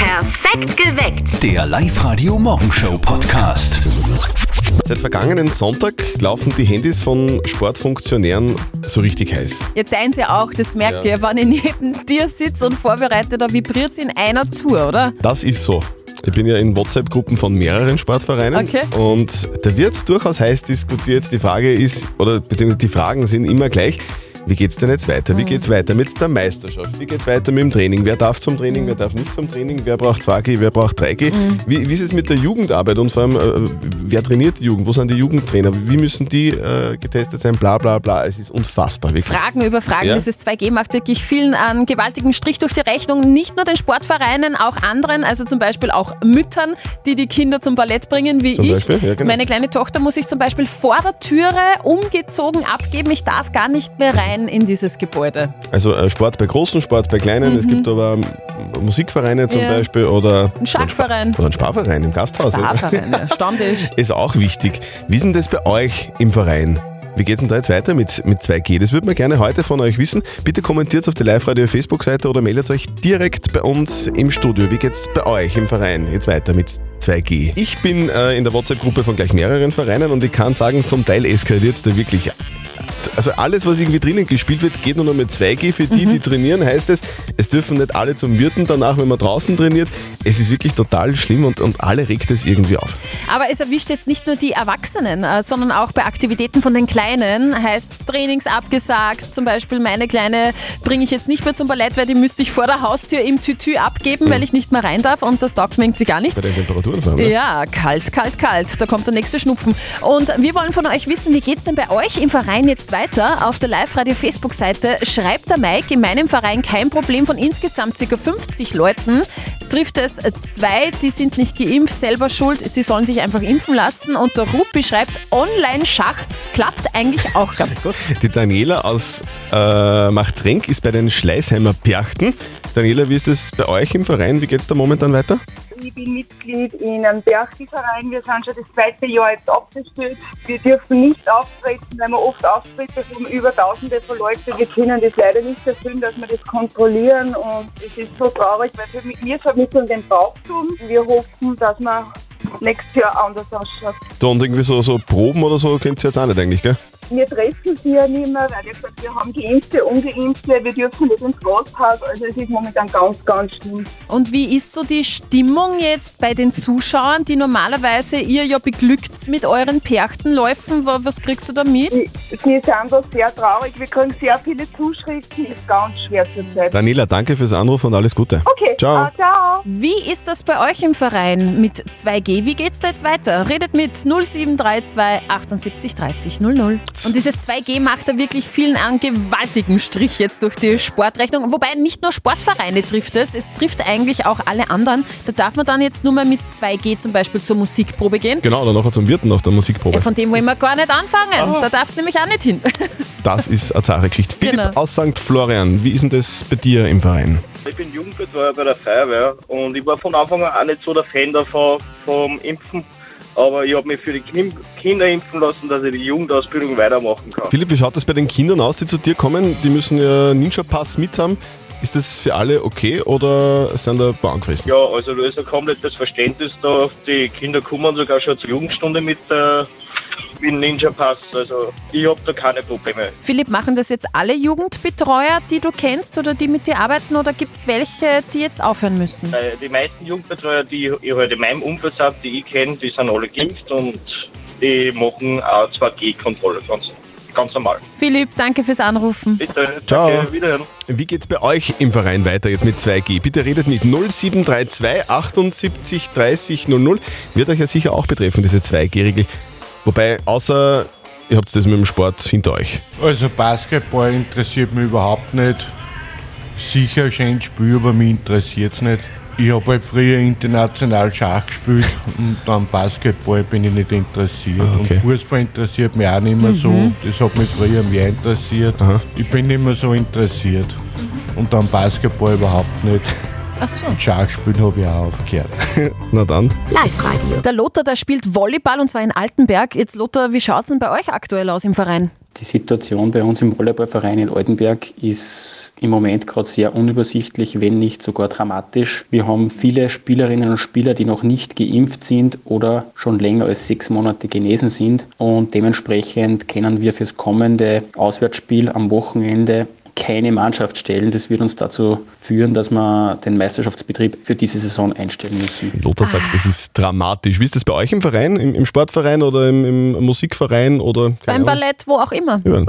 Perfekt geweckt. Der Live-Radio Morgenshow Podcast. Seit vergangenen Sonntag laufen die Handys von Sportfunktionären so richtig heiß. Ja, deins ja auch, das merkt ihr. Wenn ich neben dir sitze und vorbereite, da vibriert es in einer Tour, oder? Das ist so. Ich bin ja in WhatsApp-Gruppen von mehreren Sportvereinen Okay. und da wird durchaus heiß diskutiert. Die Frage ist, oder beziehungsweise die Fragen sind immer gleich. Wie geht's denn jetzt weiter? Wie geht's weiter mit der Meisterschaft? Wie geht's weiter mit dem Training? Wer darf zum Training? Wer darf nicht zum Training? Wer braucht 2G? Wer braucht 3G? Wie, wie ist es mit der Jugendarbeit und vor allem, äh, wer trainiert die Jugend? Wo sind die Jugendtrainer? Wie müssen die äh, getestet sein? Bla bla bla. Es ist unfassbar. Wirklich. Fragen über Fragen. Ja. Dieses 2G macht wirklich vielen einen gewaltigen Strich durch die Rechnung. Nicht nur den Sportvereinen, auch anderen, also zum Beispiel auch Müttern, die die Kinder zum Ballett bringen, wie Zum ich. Beispiel, ja, genau. Meine kleine Tochter muss ich zum Beispiel vor der Türe umgezogen abgeben. Ich darf gar nicht mehr rein in dieses Gebäude. Also äh, Sport bei großen, Sport bei kleinen. Es gibt aber ähm, Musikvereine zum Mhm. Ja. Beispiel oder Ein Schachverein. oder ein Sparverein im Gasthaus. Barverein, ja. Stammtisch. Ist auch wichtig. Wie ist denn das bei euch im Verein? Wie geht's denn da jetzt weiter mit, mit 2G? Das würde man gerne heute von euch wissen. Bitte kommentiert auf der Live-Radio-Facebook-Seite oder meldet euch direkt bei uns im Studio. Wie geht's bei euch im Verein jetzt weiter mit 2G? Ich bin äh, in der WhatsApp-Gruppe von gleich mehreren Vereinen und ich kann sagen, zum Teil eskaliert's da wirklich also alles, was irgendwie drinnen gespielt wird, geht nur noch mit 2G. Für die, die trainieren, heißt es, es dürfen nicht alle zum Wirten danach, wenn man draußen trainiert. Es ist wirklich total schlimm und, und alle regt es irgendwie auf. Aber es erwischt jetzt nicht nur die Erwachsenen, äh, sondern auch bei Aktivitäten von den Kleinen. Heißt Trainings abgesagt, zum Beispiel meine Kleine bringe ich jetzt nicht mehr zum Ballett, weil die müsste ich vor der Haustür im Tütü abgeben, weil ich nicht mehr rein darf und das taugt mir irgendwie gar nicht. Bei den Temperaturen vor allem. ne? Ja, kalt, kalt, kalt. Da kommt der nächste Schnupfen. Und wir wollen von euch wissen, wie geht's denn bei euch im Verein jetzt weiter? Auf der Live-Radio-Facebook-Seite schreibt der Mike, in meinem Verein kein Problem von insgesamt ca. 50 Leuten. Trifft es zwei, die sind nicht geimpft, selber schuld, sie sollen sich einfach impfen lassen. Und der Ruppi schreibt, Online-Schach klappt eigentlich auch ganz gut. Die Daniela aus äh, Machtrenk ist bei den Schleißheimer Berchten. Daniela, wie ist es bei euch im Verein? Wie geht es da momentan weiter? Ich bin Mitglied in einem Berchti-Verein. Wir sind schon das zweite Jahr jetzt abgestellt. Wir dürfen nicht auftreten, weil wir oft Auftritte von über Tausende von Leuten. Wir können das leider nicht erfüllen, dass wir das kontrollieren. Und es ist so traurig, weil wir, wir vermitteln den Brauchtum. Wir hoffen, dass wir nächstes Jahr anders ausschaut. Da und irgendwie so, so Proben oder so könnt ihr jetzt auch nicht eigentlich, gell? Wir treffen sie ja nicht mehr, weil wir, gesagt, wir haben Geimpfte, Ungeimpfte. Wir dürfen nicht ins Rathaus. Also es ist momentan ganz, ganz schlimm. Und wie ist so die Stimmung jetzt bei den Zuschauern, die normalerweise ihr ja beglückt mit euren Perchtenläufen? Wa- Was kriegst du da mit? Die, die sind da sehr traurig. Wir kriegen sehr viele Zuschriften. Ist ganz schwer zurzeit. Daniela, danke fürs Anrufen und alles Gute. Okay. Ciao. Ah, ciao. Wie ist das bei euch im Verein mit 2G? Wie geht's da jetzt weiter? Redet mit 0732 78 30 00. Und dieses 2G macht da wirklich vielen einen gewaltigen Strich jetzt durch die Sportrechnung. Wobei nicht nur Sportvereine trifft es, es trifft eigentlich auch alle anderen. Da darf man dann jetzt nur mal mit 2G zum Beispiel zur Musikprobe gehen. Genau, dann nachher zum Wirten nach der Musikprobe. Ja, von dem wollen wir gar nicht anfangen. Da darfst du nämlich auch nicht hin. das ist eine zahre Geschichte. Genau. Philipp aus St. Florian, wie ist denn das bei dir im Verein? Ich bin Jugendbetreuer bei der Feuerwehr und ich war von Anfang an auch nicht so der Fan davon, vom Impfen. Aber ich habe mich für die Kim Kinder impfen lassen, dass ich die Jugendausbildung weitermachen kann. Philipp, wie schaut das bei den Kindern aus, die zu dir kommen? Die müssen ja Ninja-Pass mit haben. Ist das für alle okay oder sind da ein paar angefressen? Ja, also da ist ein komplettes Verständnis da. Die Kinder kommen sogar schon zur Jugendstunde mit äh, mit dem Ninja Pass. Also ich habe da keine Probleme. Philipp, machen das jetzt alle Jugendbetreuer, die du kennst oder die mit dir arbeiten? Oder gibt's welche, die jetzt aufhören müssen? Äh, Die meisten Jugendbetreuer, die ich halt in meinem Umfeld habe, die ich kenne, die sind alle geimpft und die machen auch 2G-Kontrolle ganz, ganz normal. Philipp, danke fürs Anrufen. Bitte, Ciao. danke, wiederhören. Wie geht's bei euch im Verein weiter jetzt mit 2G? Bitte redet mit 0732 78 30 00. Wird euch ja sicher auch betreffen, diese 2G-Regel. Wobei, außer ihr habt das mit dem Sport hinter euch. Also Basketball interessiert mich überhaupt nicht. Sicher schön Spiel, aber mich interessiert es nicht. Ich habe halt früher international Schach gespielt und an Basketball bin ich nicht interessiert. Ah, okay. Und Fußball interessiert mich auch nicht mehr so. Das hat mich früher mehr interessiert. Ich bin nicht mehr so interessiert. Und an Basketball überhaupt nicht. Ach so. Schachspielen habe ich auch aufgehört. Na dann. Live-Radio. Der Lothar, der spielt Volleyball und zwar in Altenberg. Jetzt, Lothar, wie schaut's denn bei euch aktuell aus im Verein? Die Situation bei uns im Volleyballverein in Oldenberg ist im Moment gerade sehr unübersichtlich, wenn nicht sogar dramatisch. Wir haben viele Spielerinnen und Spieler, die noch nicht geimpft sind oder schon länger als sechs Monate genesen sind. Und dementsprechend können wir fürs kommende Auswärtsspiel am Wochenende keine Mannschaft stellen. Das wird uns dazu führen, dass wir den Meisterschaftsbetrieb für diese Saison einstellen müssen. Lothar sagt, das ist dramatisch. Wie ist das bei euch im Verein, im, im Sportverein oder im, im Musikverein oder Beim keine Ahnung? Ballett, wo auch immer. Überall.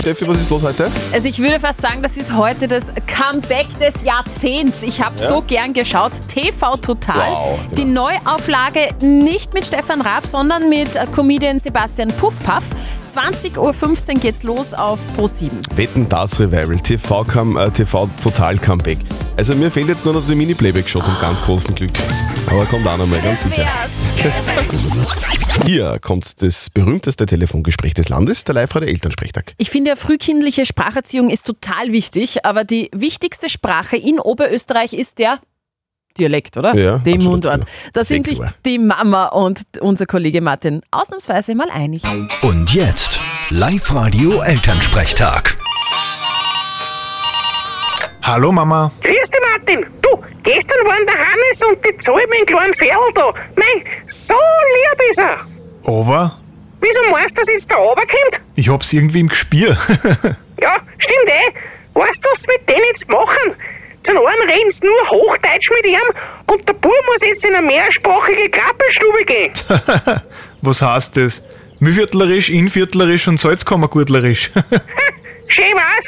Steffi, was ist los heute? Also ich würde fast sagen, das ist heute das Comeback des Jahrzehnts. Ich habe so gern geschaut. TV Total. Wow, ja. Die Neuauflage nicht mit Stefan Raab, sondern mit äh, Comedian Sebastian Puffpaff. 20.15 Uhr geht's los auf Pro7. Wetten das Revival, TV, kam, äh, TV Total Comeback. Also mir fehlt jetzt nur noch die Mini-Playback-Show zum ganz großen Glück. Aber kommt auch nochmal, ganz sicher. Hier kommt das berühmteste Telefongespräch des Landes, der Live-Radio Elternsprechtag. Ich finde, ja, frühkindliche Spracherziehung ist total wichtig, aber die wichtigste Sprache in Oberösterreich ist der Dialekt, oder? Ja, Dem absolut, Mundart. Da sind Sehr sich klar. die Mama und unser Kollege Martin ausnahmsweise mal einig. Und jetzt Live-Radio Elternsprechtag. Hallo Mama. Grüß dich, Martin. Du, gestern waren der Hannes und die Zoe mit dem kleinen Pferdl da. Mei, so lieb ist er. Over? Wieso meinst du, dass jetzt da runterkommt? Ich hab's irgendwie im Gespür. Ja, stimmt eh. Weißt du, was sie mit denen jetzt machen? Zum einen reden sie nur Hochdeutsch mit ihm und der Bub muss jetzt in eine mehrsprachige Krabbelstube gehen. Was heißt das? Mühviertlerisch, Inviertlerisch und Salzkammergurtlerisch. Schön war's.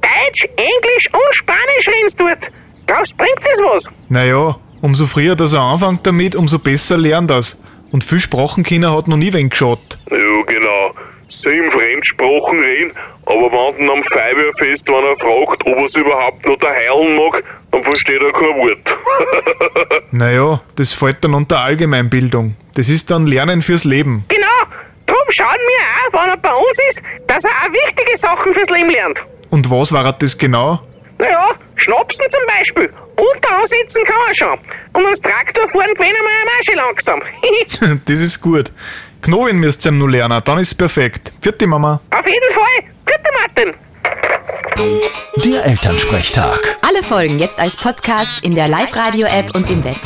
Deutsch, Englisch und Spanisch reden sie dort. Glaubst du, bringt das was? naja, umso früher, dass er anfängt damit, umso besser lernt er's. Und viel Sprachenkinder hat noch nie wen geschaut. Ja, genau. Sieben Fremdsprachen reden, aber wenn dann am Feuerwehrfest einer fragt, ob er es überhaupt noch da heilen mag, dann versteht er kein Wort. Naja, das fällt dann unter Allgemeinbildung. Das ist dann Lernen fürs Leben. Genau. Drum schauen wir auch, wenn er bei uns ist, dass er auch wichtige Sachen fürs Leben lernt. Und was war das genau? Naja, Schnapsen zum Beispiel. Unter ansitzen kann er schon. Und als Traktor fahren gewinnen wir am Arsch langsam. das ist gut. Knobeln müsst ihr ihm nur lernen, dann ist perfekt. Vierte Mama. Auf jeden Fall. Gute Martin. Der Elternsprechtag. Alle Folgen jetzt als Podcast in der Live-Radio-App und im Web.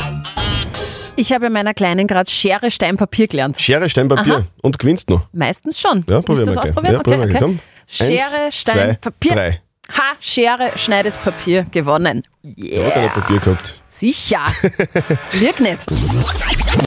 Ich habe meiner Kleinen gerade Schere, Stein, Papier gelernt. Schere, Stein, Papier und gewinnst noch. Meistens schon. Ja, Willst probieren du wir das gleich. ausprobieren? Ja, probieren wir okay, gleich. okay. Komm. Eins, Schere, Stein, zwei, Papier. drei. Ha, Schere schneidet Papier. Gewonnen. Ich habe Yeah. kein Papier gehabt. Sicher. Wirkt nicht.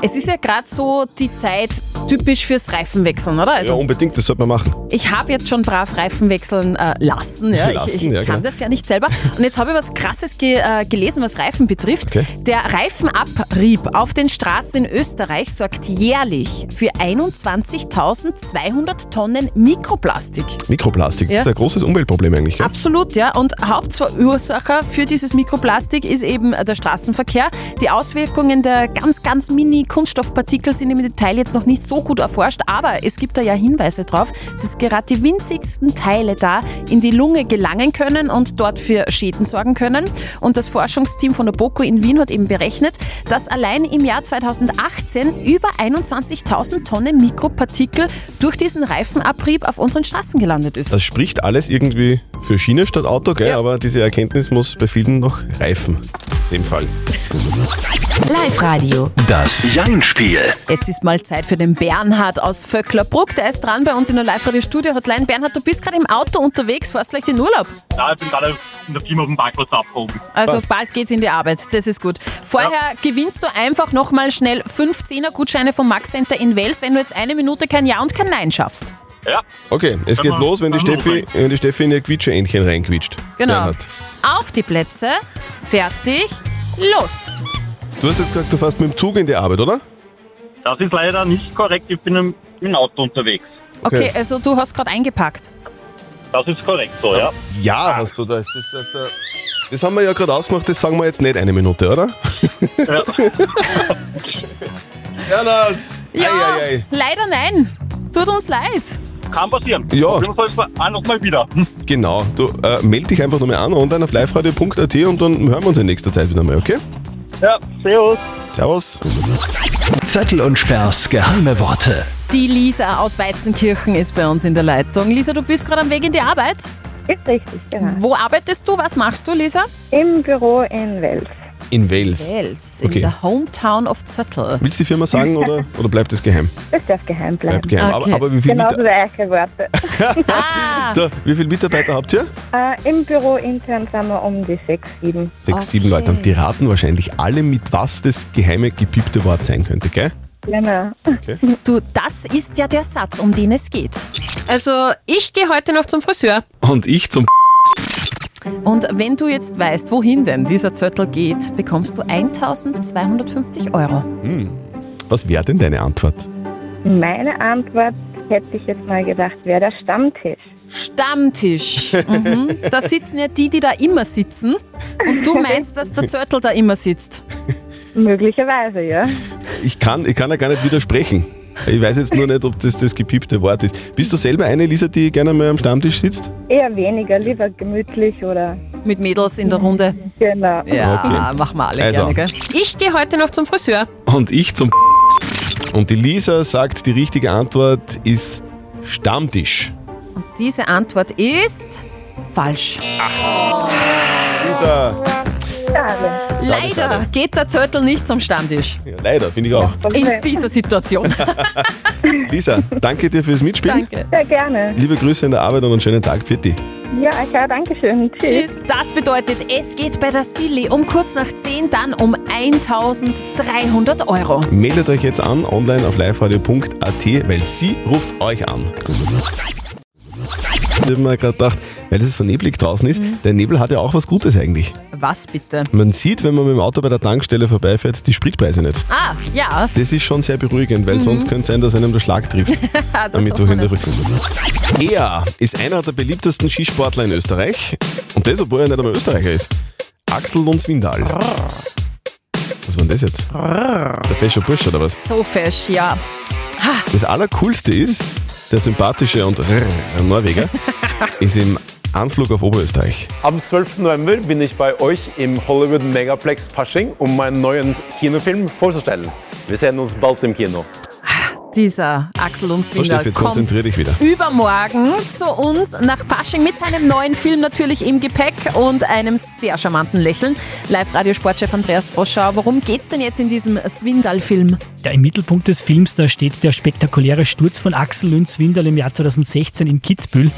Es ist ja gerade so die Zeit typisch fürs Reifenwechseln, oder? Ja, Also unbedingt, das sollte man machen. ich habe jetzt schon brav Reifen wechseln äh, lassen. Ja. Lassen, ich ich ja, kann genau. das ja nicht selber. Und jetzt habe ich was Krasses ge äh, gelesen, was Reifen betrifft. Okay. Der Reifenabrieb auf den Straßen in Österreich sorgt jährlich für 21.200 Tonnen Mikroplastik. Mikroplastik, Ja. das ist ein großes Umweltproblem eigentlich. Gell? Absolut, ja. Und Hauptverursacher für dieses Mikroplastik ist eben der Straßenverkehr. Die Auswirkungen der ganz, ganz mini Kunststoffpartikel sind im Detail jetzt noch nicht so gut erforscht, aber es gibt da ja Hinweise drauf, dass gerade die winzigsten Teile da in die Lunge gelangen können und dort für Schäden sorgen können. Und das Forschungsteam von der BOKU in Wien hat eben berechnet, dass allein im Jahr 2018 über 21.000 Tonnen Mikropartikel durch diesen Reifenabrieb auf unseren Straßen gelandet ist. Das spricht alles irgendwie für Schiene statt Auto, gell? aber diese Erkenntnis muss bei vielen noch reifen. In dem Fall. Live-Radio. Das Jein-Spiel. Jetzt ist mal Zeit für den Bernhard aus Vöcklerbruck. Der ist dran bei uns in der Live-Radio-Studio-Hotline. Bernhard, du bist gerade im Auto unterwegs, fährst gleich in Urlaub. Ja, ich bin gerade in der Team auf dem Parkplatz abgehoben. Also bald geht's in die Arbeit, das ist gut. Vorher gewinnst du einfach nochmal schnell 15er-Gutscheine vom Max Center in Wels, wenn du jetzt eine Minute kein Ja und kein Nein schaffst. Ja, Okay, es geht wir- los, wenn die, können wir Steffi, wenn die Steffi in ihr Quietscheentchen reinquietscht. Genau. Bernhard, Auf die Plätze, fertig, los. du hast jetzt gesagt, du fährst mit dem Zug in die Arbeit, oder? das ist leider nicht korrekt. Ich bin im, im Auto unterwegs. Okay, Okay. also du hast gerade eingepackt. Das ist korrekt so, ja. Ja, Ah, hast du das. Das, ist jetzt, äh, das haben wir ja gerade ausgemacht, das sagen wir jetzt nicht eine Minute, oder? ja. Bernhard! Ei, Ja, ei, ei. leider nein. Tut uns leid. Kann passieren. Ja. Auf jeden Fall auch nochmal wieder. Genau, du äh, meld dich einfach nochmal an online auf liveradio.at und dann hören wir uns in nächster Zeit wieder mal, okay? Ja, servus. Servus! Zettel und Sperrs geheime Worte. Die Lisa aus Weizenkirchen ist bei uns in der Leitung. Lisa, du bist gerade am Weg in die Arbeit? Ist richtig, genau. Wo arbeitest du? Was machst du, Lisa? Im Büro in Wels. In Wales. Wels, Okay. in der Hometown of Zöttl. Willst du die Firma sagen oder, oder bleibt es geheim? Das darf geheim bleiben. Genau, Bleibt geheim. Aber, aber wie, viel Genauso Mita- wie eure Worte. Ah, da, wie viele Mitarbeiter habt ihr? äh, Im Büro intern sind wir um die sechs, sieben. Sechs, sieben Leute. Und die raten wahrscheinlich alle, mit was das geheime, gepiepte Wort sein könnte, gell? Genau. Du, das ist ja der Satz, um den es geht. Also, ich gehe heute noch zum Friseur. Und ich zum Und wenn du jetzt weißt, wohin denn dieser Zöttl geht, bekommst du 1250 Euro. Hm. Was wäre denn deine Antwort? Meine Antwort hätte ich jetzt mal gedacht, wäre der Stammtisch. Stammtisch. Mhm. Da sitzen ja die, die da immer sitzen. Und du meinst, dass der Zöttl da immer sitzt. Möglicherweise, ja. Ich kann, ich kann ja gar nicht widersprechen. Ich weiß jetzt nur nicht, ob das das gepiepte Wort ist. Bist du selber eine, Lisa, die gerne mal am Stammtisch sitzt? Eher weniger, lieber gemütlich oder. Mit Mädels in der Runde. Genau. Ja, Okay. machen wir alle Also. gerne, gell? Ich gehe heute noch zum Friseur. Und ich zum Und die Lisa sagt, die richtige Antwort ist Stammtisch. Diese Antwort ist falsch. Lisa, also, Leider schade. geht der Zöttl nicht zum Stammtisch. ja, leider, finde ich auch. In dieser Situation. Lisa, danke dir fürs Mitspielen. Danke. Sehr gerne. Liebe Grüße in der Arbeit und einen schönen Tag für dich. Ja, ja, danke schön. Tschüss. Tschüss. Das bedeutet, es geht bei der Silly um kurz nach 10, dann um 1300 Euro. Meldet euch jetzt an, online auf liveradio.at, weil sie ruft euch an. Ich habe mir gerade gedacht, weil es so neblig draußen ist, der Nebel hat ja auch was Gutes eigentlich. Was bitte? Man sieht, wenn man mit dem Auto bei der Tankstelle vorbeifährt, die Spritpreise nicht. Ah, ja. Das ist schon sehr beruhigend, weil sonst könnte es sein, dass einem der Schlag trifft, Ah, das damit hoffen du wir in der nicht. Rückrunde bist. Er ist einer der beliebtesten Skisportler in Österreich und das, obwohl er nicht einmal Österreicher ist. Axel Lundswindal. Was war denn das jetzt? Der fesche Bursch oder was? So fesch, ja. Das Allercoolste ist, der sympathische und Norweger ist im Anflug auf Oberösterreich. Am 12. November bin ich bei euch im Hollywood Megaplex Pasching, um meinen neuen Kinofilm vorzustellen. Wir sehen uns bald im Kino. Dieser Axel und So, Steffi, Zwindal jetzt kommt konzentrier dich wieder. übermorgen zu uns nach Pasching mit seinem neuen Film natürlich im Gepäck und einem sehr charmanten Lächeln. Live-Radio-Sportchef Andreas Froschauer, worum geht's denn jetzt in diesem Swindal-Film? Ja, Im Mittelpunkt des Films da steht der spektakuläre Sturz von Axel Lünz-Windel im Jahr 2016 in Kitzbühel.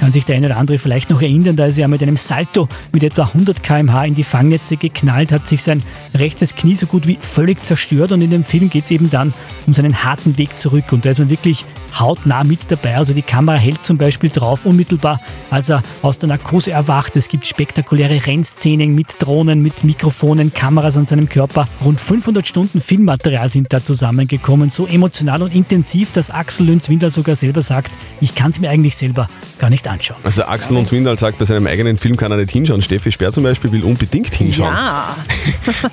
Kann sich der eine oder andere vielleicht noch erinnern, da ist er mit einem Salto mit etwa 100 km/h in die Fangnetze geknallt, hat sich sein rechtes Knie so gut wie völlig zerstört und in dem Film geht es eben dann um seinen harten Weg zurück und da ist man wirklich hautnah mit dabei. Also die Kamera hält zum Beispiel drauf unmittelbar, als er aus der Narkose erwacht. Es gibt spektakuläre Rennszenen mit Drohnen, mit Mikrofonen, Kameras an seinem Körper. Rund 500 Stunden Filmmaterial sind da zusammengekommen. So emotional und intensiv, dass Axel Lünz-Windler sogar selber sagt, ich kann es mir eigentlich selber gar nicht anschauen. Also Axel und Swindal sagt, bei seinem eigenen Film kann er nicht hinschauen. Steffi Sperr zum Beispiel will unbedingt hinschauen. Ja.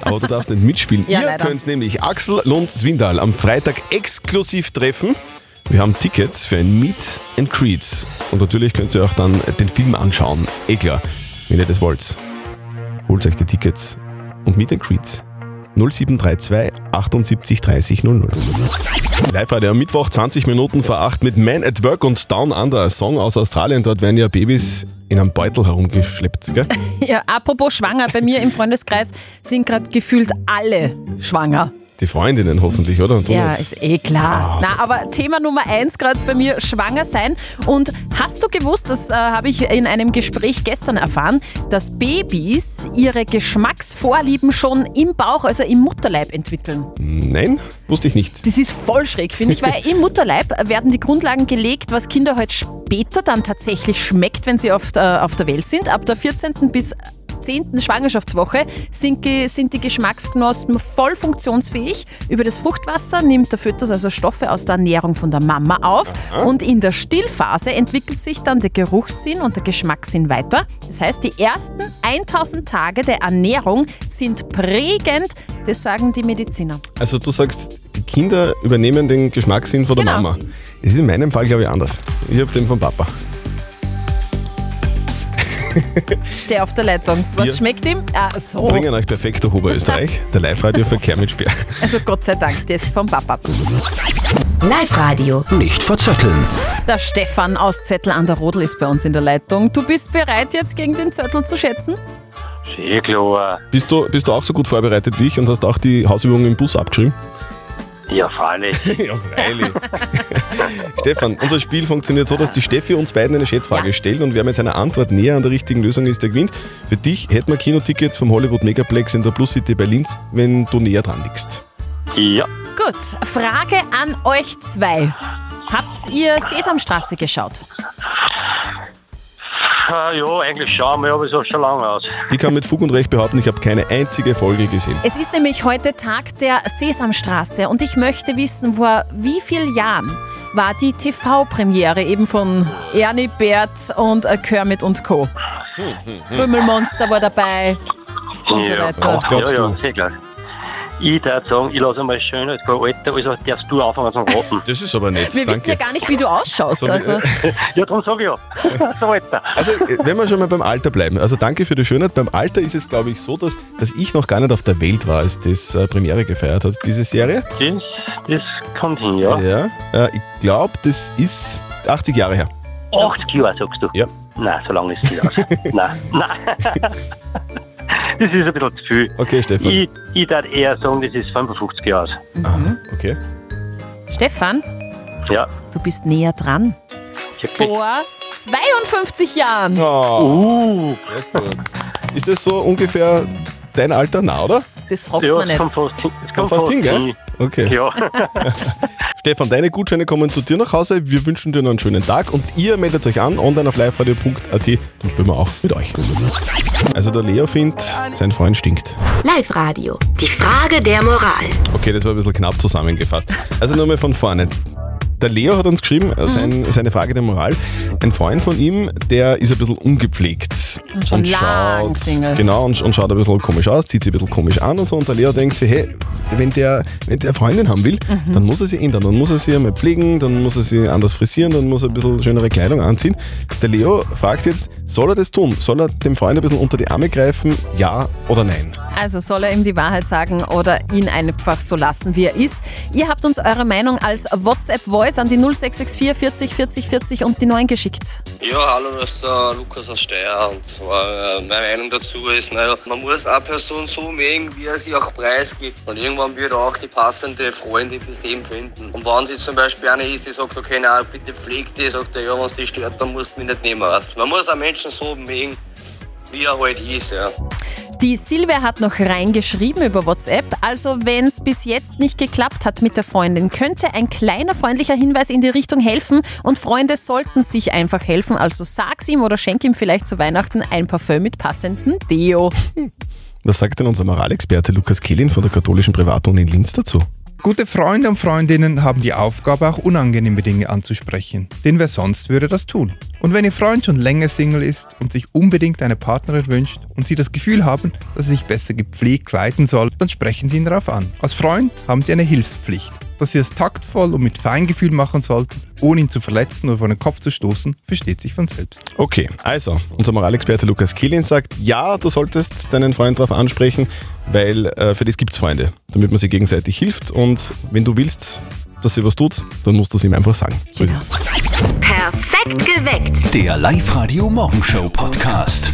Aber du darfst nicht mitspielen. Ja, Ihr leider. könnt nämlich Axel Lund Swindal am Freitag exklusiv treffen. Wir haben Tickets für ein Meet and Creed. Und natürlich könnt ihr auch dann den Film anschauen. Eh klar, wenn ihr das wollt. Holt euch die Tickets und Meet and Creed. 0732 78 30 00. Live heute am Mittwoch, 20 Minuten vor 8 mit Man at Work und Down Under, ein Song aus Australien. Dort werden ja Babys in einem Beutel herumgeschleppt. Gell? Ja, apropos schwanger, bei mir im Freundeskreis sind gerade gefühlt alle schwanger. Die Freundinnen hoffentlich, oder? Und du Ja, nicht. ist eh klar. Na, aber Thema Nummer eins gerade bei mir, schwanger sein. Und hast du gewusst, das äh, habe ich in einem Gespräch gestern erfahren, dass Babys ihre Geschmacksvorlieben schon im Bauch, also im Mutterleib entwickeln. Nein, wusste ich nicht. Das ist voll schräg, finde ich, weil im Mutterleib werden die Grundlagen gelegt, was Kinder heute später dann tatsächlich schmeckt, wenn sie auf, der- auf der Welt sind. Ab der 14. bis 10. Schwangerschaftswoche sind, ge- sind die Geschmacksknospen voll funktionsfähig. Über das Fruchtwasser nimmt der Fötus also Stoffe aus der Ernährung von der Mama auf Aha. und in der Stillphase entwickelt sich dann der Geruchssinn und der Geschmackssinn weiter. Das heißt, die ersten 1000 Tage der Ernährung sind prägend, das sagen die Mediziner. Also du sagst, die Kinder übernehmen den Geschmackssinn von der Genau. Mama. Das ist in meinem Fall, glaube ich, anders. Ich habe den von Papa. Steh auf der Leitung. Was Wir schmeckt ihm? Ah, so. Bringen euch perfekt durch Oberösterreich, der Live-Radio-Verkehr mit Sperr. Also Gott sei Dank, das ist vom Papa. Live Radio. Nicht verzetteln. Der Stefan aus Zettel an der Rodel ist bei uns in der Leitung. Du bist bereit, jetzt gegen den Zettel zu schätzen? Sehr klar. Bist du, bist du auch so gut vorbereitet wie ich und hast auch die Hausübungen im Bus abgeschrieben? Ja, freilich. ja, freilich. Stefan, unser Spiel funktioniert so, dass die Steffi uns beiden eine Schätzfrage stellt und wer mit seiner Antwort näher an der richtigen Lösung ist, der gewinnt. Für dich hätten wir Kinotickets vom Hollywood Megaplex in der Plus City bei Linz, wenn du näher dran liegst. Ja. Gut, Frage an euch zwei. Habt ihr Sesamstraße geschaut? Ah, ja, eigentlich schauen wir, aber es auch schon lange aus. Ich kann mit Fug und Recht behaupten, ich habe keine einzige Folge gesehen. Es ist nämlich heute Tag der Sesamstraße und ich möchte wissen, vor wie vielen Jahren war die TV-Premiere eben von Ernie Bert und äh, Kermit und Co. Krümelmonster war dabei und so weiter. ja, ja, ja, sehr klar. Ich würde sagen, ich lasse mal schön als Alter, also darfst du anfangen zu raten. Das ist aber nett. Wir wissen ja gar nicht, wie du ausschaust. Also. Ja, darum sage ich ja. So Alter. Also, äh, wenn wir schon mal beim Alter bleiben, also danke für die Schönheit. Beim Alter ist es, glaube ich, so, dass, dass ich noch gar nicht auf der Welt war, als das äh, Premiere gefeiert hat, diese Serie. Das, das kommt hin, ja. Ja, äh, ich glaube, das ist 80 Jahre her. 80 Jahre, sagst du? Ja. Nein, so lange ist es nicht aus. Nein, nein. Das ist ein bisschen zu viel. Okay, Stefan. Ich, ich würde eher sagen, das ist 55 Jahre aus. Okay. Stefan, Ja. du bist näher dran. Vor 52 Jahren. Oh. Ist das so ungefähr dein Alter nah, oder? Das fragt ja, man nicht. Das kommt fast hin. Das kommt Fast hin, gell? hin. Okay. Ja. Stefan, deine Gutscheine kommen zu dir nach Hause. Wir wünschen dir noch einen schönen Tag und ihr meldet euch an online auf liveradio.at. Dann spielen wir auch mit euch. Also der Leo findet, sein Freund stinkt. Live Radio. Die Frage der Moral. Okay, das war ein bisschen knapp zusammengefasst. Also nochmal von vorne. Der Leo hat uns geschrieben, Mhm. äh, sein, seine Frage der Moral. Ein Freund von ihm, der ist ein bisschen ungepflegt. Und schon lang Single. Genau, und, und schaut ein bisschen komisch aus, zieht sich ein bisschen komisch an und so. Und der Leo denkt sich, hey, wenn der, wenn der Freundin haben will, Mhm. dann muss er sie ändern. Dann muss er sie einmal pflegen, dann muss er sie anders frisieren, dann muss er ein bisschen schönere Kleidung anziehen. Der Leo fragt jetzt, soll er das tun? Soll er dem Freund ein bisschen unter die Arme greifen? Ja oder nein? Also soll er ihm die Wahrheit sagen oder ihn einfach so lassen, wie er ist. Ihr habt uns eure Meinung als WhatsApp-Voice an die 0664 40 40 40 und die 9 geschickt. Ja, hallo, das ist der Lukas aus Steyr. Und zwar, äh, meine Meinung dazu ist, naja, man muss eine Person so mögen, wie er sie auch preisgibt. Und irgendwann wird er auch die passende Freundin fürs Leben finden. Und wenn sie zum Beispiel eine ist, die sagt, okay, na, bitte pfleg die, sagt er, ja, wenn es die stört, dann musst du mich nicht nehmen. Weißt? du. Man muss einen Menschen so mögen, wie er halt ist, ja. Die Silvia hat noch reingeschrieben über WhatsApp. Also wenn es bis jetzt nicht geklappt hat mit der Freundin, könnte ein kleiner freundlicher Hinweis in die Richtung helfen. Und Freunde sollten sich einfach helfen. Also sag's ihm oder schenk ihm vielleicht zu Weihnachten ein Parfüm mit passendem Deo. Was sagt denn unser Moralexperte Lukas Kehlin von der katholischen Privatuni in Linz dazu? Gute Freunde und Freundinnen haben die Aufgabe, auch unangenehme Dinge anzusprechen, denn wer sonst würde das tun? Und wenn Ihr Freund schon länger Single ist und sich unbedingt eine Partnerin wünscht und Sie das Gefühl haben, dass er sich besser gepflegt kleiden soll, dann sprechen Sie ihn darauf an. Als Freund haben Sie eine Hilfspflicht. Dass Sie es taktvoll und mit Feingefühl machen sollten, ohne ihn zu verletzen oder vor den Kopf zu stoßen, versteht sich von selbst. Okay, also, unser Moralexperte Lukas Kehlin sagt, ja, du solltest deinen Freund darauf ansprechen, weil äh, für das gibt's Freunde, damit man sich gegenseitig hilft und wenn du willst, dass sie was tut, dann musst du es ihm einfach sagen. So ist es. Perfekt geweckt. Der Live-Radio Morgenshow Podcast.